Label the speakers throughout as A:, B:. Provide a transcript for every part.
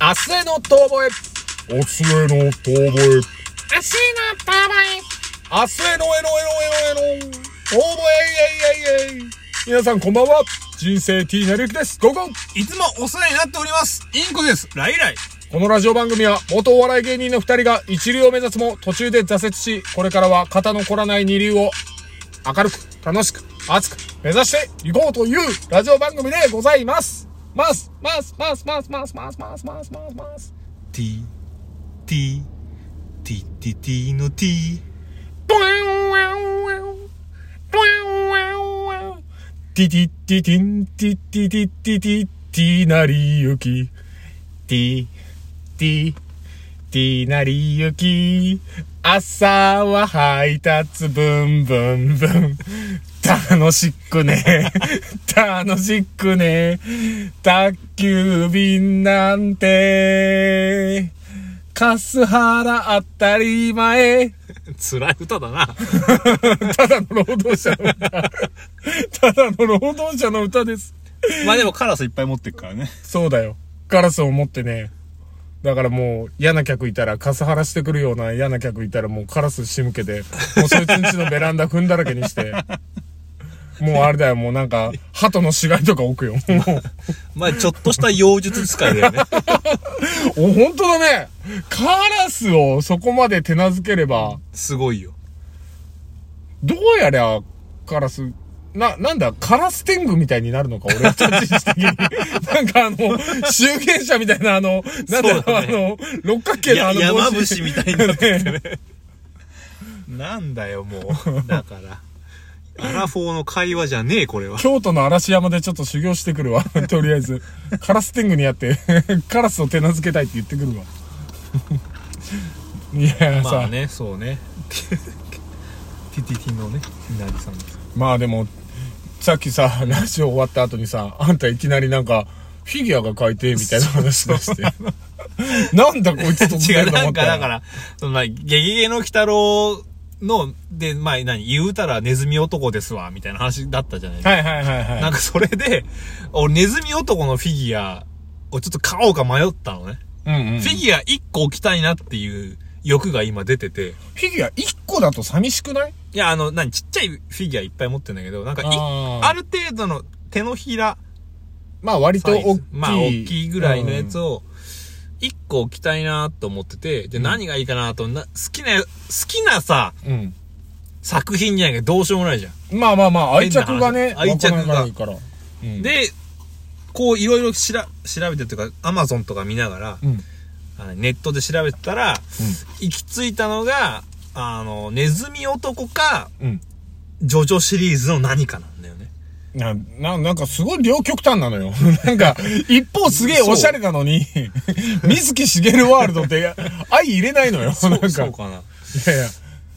A: 明日への遠吠え
B: 明日への遠吠え。
A: 明日への遠吠え明日へのえのえのえのえの遠吠えいえいえいえい皆さんこんばんは人生 T なりゆきですゴーゴー
B: いつもお世話になっております。インコです。ライライ。
A: このラジオ番組は元お笑い芸人の2人が一流を目指すも途中で挫折しこれからは肩の凝らない二流を明るく楽しく熱く目指していこうというラジオ番組でございますますますますますますますますますますます
B: t, t, t, t, t の t。
A: ティティティティンティティティティティティなりゆきティティティなりゆき朝は配達ブンブンブン楽しくね 楽しくね宅急便なんてカスハラ当たり前
B: 辛い歌だな。
A: ただの労働者の歌。ただの労働者の歌です。
B: まあでもカラスいっぱい持ってるからね。
A: そうだよ。ガラスを持ってね。だからもう嫌な客いたら、カスハラしてくるような嫌な客いたらもうカラス仕向けて、もうそいつんちのベランダ踏んだらけに して。もうあれだよ、もうなんか、鳩の死骸とか置くよ。もう
B: まあちょっとした妖術使いだよね。
A: お、本当だね。カラスをそこまで手なずければ、
B: すごいよ。
A: どうやりゃ、カラス、な、なんだ、カラス天狗みたいになるのか、俺たち的に。 なんかあの、集権者みたいな、あの、なんだろう、
B: そうだ
A: あの、六角形の
B: や
A: あの
B: 山
A: 帽子
B: 伏みたいになってきて
A: ね
B: ね。なんだよ、 もう。だから。アラフォーの会話じゃねえ、こ れは。
A: 京都の嵐山でちょっと修行してくるわ。 とりあえず。カラス天狗にやって、 カラスを手なずけたいって言ってくるわ。 いや、
B: ま
A: さ
B: あ、ね、そう ね。ティティティのね、稲荷さんです。
A: まあでも、さっきさ、ラジオ終わった後にさ、あんたいきなりなんか、フィギュアが買いてえみたいな話出して。 なんだこいつ突
B: 違
A: 然
B: う、
A: と
B: な
A: 思
B: ん
A: っ
B: か、
A: た
B: だ
A: よ。
B: から、その、まあゲゲゲの鬼太郎の、で、まあ、何、言うたらネズミ男ですわ、みたいな話だったじゃない、
A: はいはいはいは
B: ないん。かそれで、俺、ネズミ男のフィギュアをちょっと買おうか迷ったのね。
A: うんうん、フ
B: フィギュア1個置きたいなっていう欲が今出てて。
A: ィギュア1個だと寂しくない
B: いや、あの、何、ちっちゃいフィギュアいっぱい持ってんだけど、なんかい、
A: あ
B: あ
A: ー
B: る程度の手のひら、
A: まあ割と
B: サイズ
A: 大きい。
B: まあ、大きいぐらいのやつを、1個置きたいなと思ってて、で、
A: うん
B: 何がいいかなと、な好きな、好きなさ、
A: うん。うん。
B: 作品じゃなきゃどうしようもないじゃん。
A: まあまあまあ、愛着がね、
B: 変な話愛着が
A: 湧かないからいいから。うん、
B: で、こういろいろ調調べてとか、アマゾンとか見ながら、
A: うん。
B: あのネットで調べてたら、行き着いたのが、あの、ネズミ男か、
A: うん。
B: ジョジョシリーズの何かなんだよね。
A: な、な、なんかすごい両極端なのよ。 なんか、一方すげえおしゃれなのに、水木しげるワールドって愛入れ ないのよ。なんか。
B: そうかな。
A: いやいや。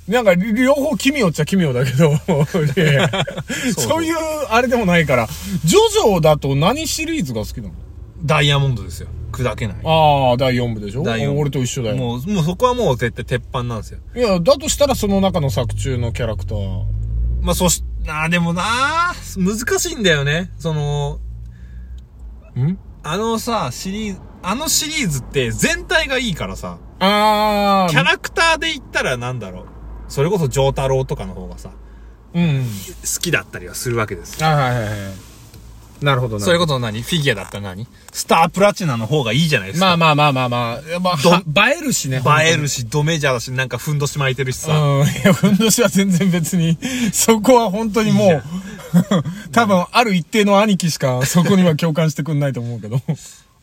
A: なんか、両方奇妙っちゃ奇妙だけど、いやいや
B: そう
A: そういうあれでもないから、ジョジョだと何シリーズが好きなの
B: ダイヤモンドですよ。砕けない。
A: ああ、第4部でしょ
B: 第四部
A: 俺と一緒だよ。
B: もう、もうそこはもう絶対鉄板なんですよ。
A: いや、だとしたらその中の作中のキャラクター。
B: まあ、そし、あーでもなあ難しいんだよね。その、
A: ん
B: あのさ、シリーズ、あのシリーズって全体がいいからさ、
A: ああ、
B: キャラクターで言ったらなんだろう。それこそ丈太郎とかの方がさ、
A: うん。
B: 好きだったりはするわけですよ。
A: あはいはいはい。なるほどな。
B: それこそ何フィギュアだったら何スタープラチナの方がいいじゃないですか。
A: まあまあまあまあまあ。まあ
B: ど
A: は映えるしね。
B: 映えるし、ドメジャーだし、なんかふんどし巻いてるし
A: う
B: さ。
A: ん。いや、ふんどしは全然別に、 そこは本当にもう、 多分ある一定の兄貴し かそこには共感してくんないと思うけど。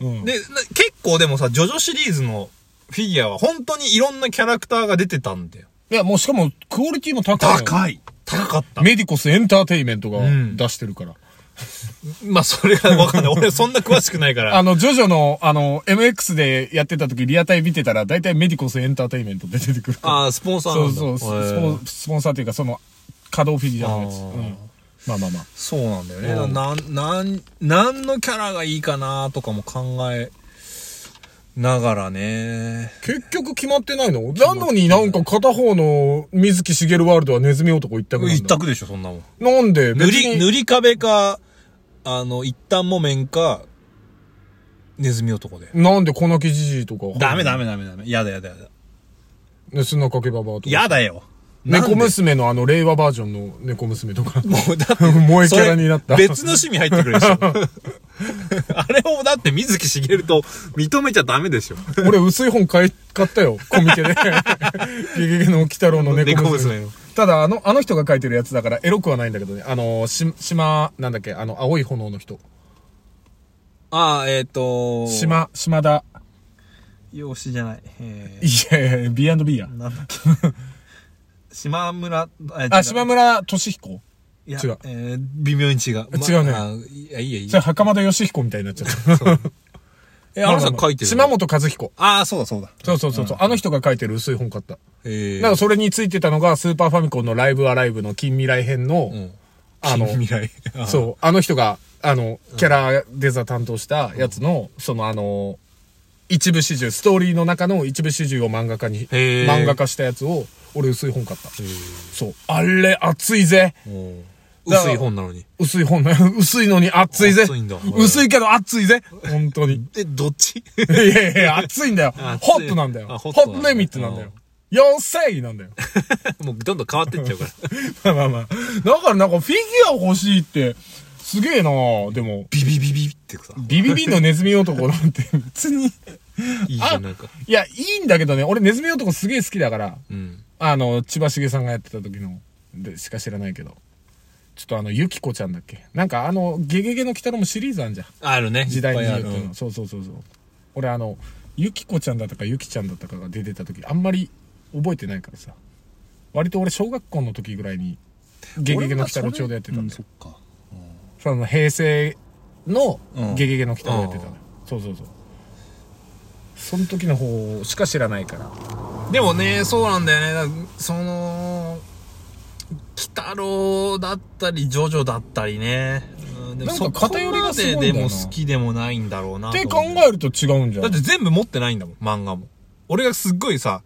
A: うん。
B: で、な結構でもさ、ジョジョシリーズのフィギュアは本当にいろんなキャラクターが出てたんだよ。
A: いや、もうしかも、クオリティも高いよ。
B: い高かった。
A: メディコスエンターテイメントが
B: うん
A: 出してるから。
B: まあ、それはわかん ない。俺そんな詳しくないから。
A: あの、ジョジョの、あの、MX でやってた時、リアタイ見てたら、大体メディコスエンターテイメントって出てくるから。
B: ああ、スポンサー
A: そ
B: な
A: うん
B: だ
A: そう、スポンスポンサーというか、その、稼働フィギュアのやつ。
B: あー
A: うんまあまあまあ。
B: そうなんだよ
A: う
B: ね。
A: ん
B: なん、なん、なんのキャラがいいかなとかも考えながらね。
A: 結局決まってないのなのになんか片方の水木しげるワールドはネズミ男一択なん
B: 一
A: だ。
B: 択でしょ、そんなもん。
A: なんで
B: 塗
A: 別
B: り、
A: に
B: 塗り壁か、あの、一旦木綿か、ネズミ男で。
A: なんで粉木じじいとか。
B: ダメダメダメダメ。やだやだやだ。
A: メ。砂かけばばあとか。
B: やだよ。
A: 猫
B: なんで
A: 娘のあの令和バージョンの猫娘とか。
B: もうだっ
A: 萌
B: て、
A: えキャラになった
B: それ別の趣味入ってくるでし ょ。あれをだって水木しげると認めちゃダメでしょ。
A: 俺薄い本買い買ったよ、コミケ で。ゲゲゲの鬼太郎の猫
B: 猫
A: 娘。
B: 娘の
A: ただ、あの、あの人が書いてるやつだから、エロくはないんだけどね。あの、し、島、なんだっけ、あの、青い炎の人。
B: ああ、えっ、と。。
A: 島、島田。
B: 養子じゃない。え
A: いやいやいや、B&B や
B: ー、。なんだっけ。 島村、え
A: あ、島
B: 村。
A: 村俊彦
B: いや
A: 違う
B: えー微妙に違う。
A: 違うね
B: あーいや、いいや、いい
A: じゃ
B: や
A: あ、。袴田義彦みたいになっちゃ った。え
B: あの人書いてる
A: 島本和彦。
B: ああ、そうだ、そうだ。
A: そうそうそうそう。あの人が書いてる薄い本買った。
B: えー、
A: なんかそれについてたのが、スーパーファミコンのライブアライブの近未来編の、
B: うん。
A: あの、
B: 近未来。う。
A: そう、あの人が、あの、キャラデザ担当したやつの、そのあの、一部始終、ストーリーの中の一部始終を漫画家に、
B: へー
A: 漫画化したやつを、俺薄い本買った。そう。あれ、熱いぜ。
B: うん
A: だから
B: 薄い本なのに。
A: 薄い本 ね。薄いのに熱いぜ。
B: 熱いんだ
A: 薄いけど熱いぜ。本当に。
B: え、どっち
A: いやいや、熱いんだよ
B: あ。熱い
A: ホットなんだよ。
B: あ
A: ホ
B: ホ
A: ッ
B: ットなんだ
A: トネミットなんだよ。4歳なんだよ。
B: もうどんどん変わってっちゃ うから。
A: まあまあまあ。だからなんかフィギュア欲しいって、すげえなあでも、
B: ビビビビってさ。
A: ビビビのネズミ男なん て別に。
B: いいじ
A: あ
B: ゃん、なんか。
A: いや、いいんだけどね、俺ネズミ男すげえ好きだから、
B: うん。
A: あの、千葉茂さんがやってた時の、でしか知らないけど。ちょっとあの、ゆきこちゃんだっけなんかあの、ゲゲゲの鬼太郎もシリーズあんじゃん。
B: あるね。
A: 時代によって
B: いっぱいある
A: の。そうそうそうそう。俺あの、ゆきこちゃんだったかゆきちゃんだったかが出てた時、あんまり覚えてないからさ。割と俺小学校の時ぐらいに、ゲゲゲの鬼太郎ちょうどやってたんだよ。
B: そっか。
A: その平成の
B: うん
A: ゲゲゲの鬼太郎やってたのよ、そうそうそうその時の方しか知らないから
B: でもね、そうなんだよねだから。その、鬼太郎だったり、ジョジョだったりね。う
A: な
B: でも
A: んか
B: そこ
A: 偏りが
B: ます
A: ごい
B: で
A: んだよ
B: で
A: な
B: も好きでもないんだろうな
A: っ
B: と
A: て
B: 思う。
A: 考えると違うんじゃ
B: だ
A: ん
B: って全部持ってないんだもん、漫画も。俺がすっごいさ、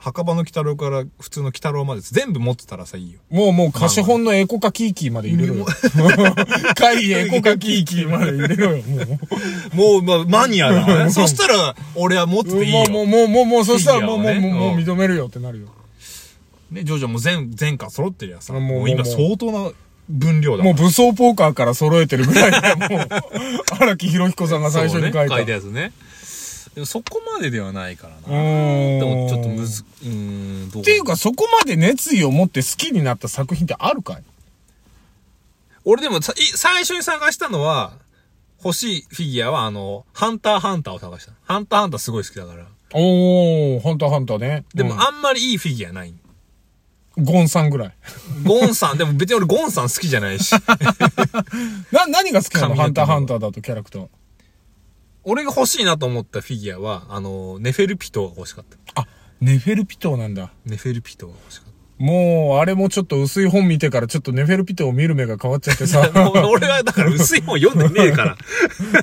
B: 墓場の鬼太郎から普通の鬼太郎まで全部持ってたらさ、いいよ。
A: もうもう貸本のエコカキーキーまで入れ ろよ会エコカキーキーまで入れろよもう
B: もう、まあ、マニア だ、ね。そしたら、俺は持ってていいよ。
A: もうもうもうもうもうそしたらもう
B: いい
A: もう
B: よね
A: もうもう
B: うん
A: 認めるよってなるよ
B: ね、ジョジョも全、全巻揃ってるやんさ。
A: もう
B: もう
A: もう
B: 今
A: もう
B: 相当な分量だ
A: も
B: も
A: うん武装ポーカーから揃えてるぐらいだよもう荒木宏彦さんが最初に書い
B: そうね
A: た
B: 書いたやつね。でもそこまでではないから
A: う
B: な。
A: ーん
B: でもちょっとむず、うーん、どう
A: っていうかそこまで熱意を持って好きになった作品ってあるかい
B: 俺でもさい最初に探したのは、欲しいフィギュアはあの、ハンターハンターを探した。ハンターハンターすごい好きだから。
A: おー、ハンターハンターね。
B: でも
A: うん
B: あんまりいいフィギュアない。
A: ゴンさんぐらい。
B: ゴンさん、でも別に俺ゴンさん好きじゃないし。
A: な、何が好きなの
B: 髪の毛
A: ハンター
B: の
A: ハンターだとキャラクター。
B: 俺が欲しいなと思ったフィギュアは、あの、ネフェルピトが欲しかった。
A: あ、ネフェルピトーなんだ。
B: ネフェルピトが欲しかった。
A: もう、あれもちょっと薄い本見てからちょっとネフェルピトーを見る目が変わっちゃってさ。
B: もう 俺はだから薄い本読んでねえから。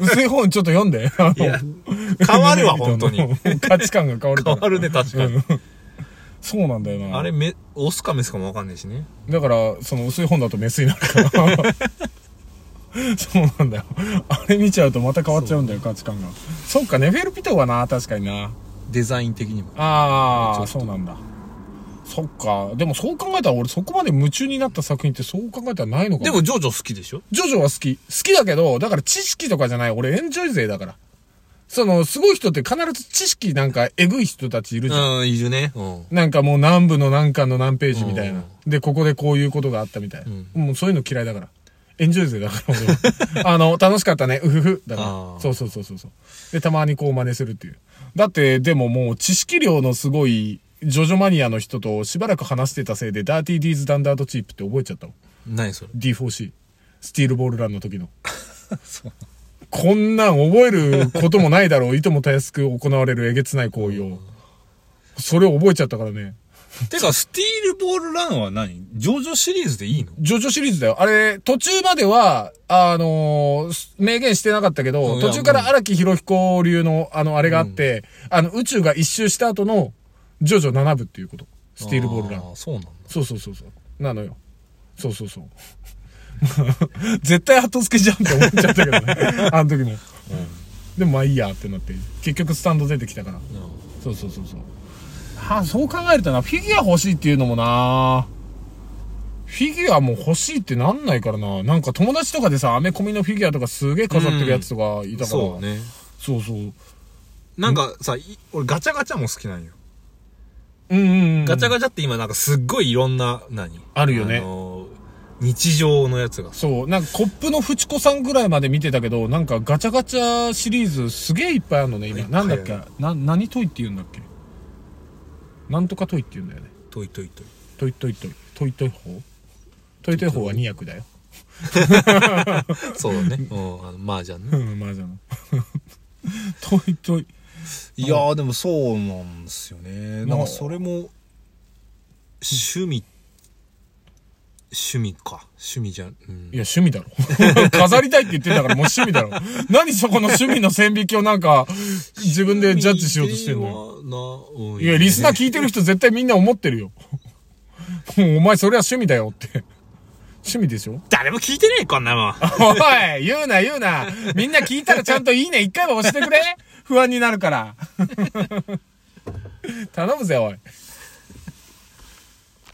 A: 薄 い本ちょっと読んで。
B: いや、 変わるわ、本当に。。
A: 価値観が変わるか
B: 変
A: ら。
B: わるね、確かに。
A: そうなんだよな。
B: あれ、め、オスかメスかもわかんないしね。
A: だから、その薄い本だとメスになる から。そうなんだよ。あれ見ちゃうとまた変わっちゃうんだよ、価値観が。そっか、ネフェルピトーはな、確かにな。
B: デザイン的にも。
A: あ
B: ちょ
A: あ
B: っと
A: そうなんだそっかでもそう考えたら俺そこまで夢中になった作品ってそう考えたらないのか
B: で
A: も
B: も、ジョジョ好きでしょ
A: ジョジョは好き好きだけどだから知識とかじゃない俺エンジョイ勢だからそのすごい人って必ず知識なんかえぐい人たちいるじゃん、
B: うん、いるね。うん。
A: なんかもう何部の何巻の何ページみたいな、
B: うん
A: でここでこういうことがあったみたいな、もうそういうの嫌いだからエンジョイ勢だから俺は あの楽しかったねうふふだ
B: あ
A: から
B: ー
A: そうそうそうそうそうでたまにこう真似するっていうだってでももう知識量のすごいジョジョマニアの人としばらく話してたせいでダーティーディーズダンダードチープって覚えちゃったもん
B: 何それ。
A: D4C スティールボールランの 時のこんなん覚えることもないだろういともたやすく行われるえげつない行為をそれを覚えちゃったからね
B: てか、スティールボールランは何ジョジョシリーズでいいの
A: ジョジョシリーズだよ。あれ、途中までは、あのーす明言してなかったけ
B: う
A: ど、
B: ん
A: 途中から荒木博彦流の、あの、あれがあって、あの、宇宙が一周した後の、ジョジョ7部っていうこと。スティールボールラン
B: あ。ーそうなんだ。
A: そうそうそうそう。なのよ。そうそうそう。 絶対後付けじゃんって思っちゃったけどね。あの時も。でもまあいいやってなって結局スタンド出てきたからそうそうそうそうあそう考えるとなフィギュア欲しいっていうのもなフィギュアも欲しいってなんないからななんか友達とかでさアメコミのフィギュアとかすげえ飾ってるやつとかいたから、
B: そうね。
A: そうそう
B: なんかさ、い俺ガチャガチャも好きなんよ。
A: うんうん、うん、
B: ガチャ
A: ガ
B: ガチャって今なんかすっごいいろんな、何
A: あるよね
B: のー日常のやつが。
A: そうなんかコップのフチコさんぐらいまで見てたけどなんかガチャガチャシリーズすげえいっぱいあるのね
B: いっ
A: 今
B: ぱい
A: なんだっ
B: あ
A: け
B: る
A: な何トイって言うんだっけなんとかトイって言うんだよね
B: トイトイトイ。
A: トイトイトイトイトイ法トイトイ法は2役だよ
B: そうだね。うん、あの、麻雀
A: う
B: ね。
A: んマージャ ントイトイ
B: いやーでもそうなんですよね。なんかそれも、趣味、趣味か。趣味じゃん。うん
A: いや、趣味だろ。 飾りたいって言ってたからもう趣味だろ。何そこの趣味の線引きをなんか、自分でジャッジしようとしてんのよ。
B: の
A: いや、リスナー
B: ー
A: 聞いてる人絶対みんな思ってるよ。もうお前それは趣味だよって。趣味でしょ
B: 誰も聞いてねえ、こんなもん。
A: おい言うな言うなみんな聞いたらちゃんといいね一 回は押してくれ不安になるから。頼むぜ、おい。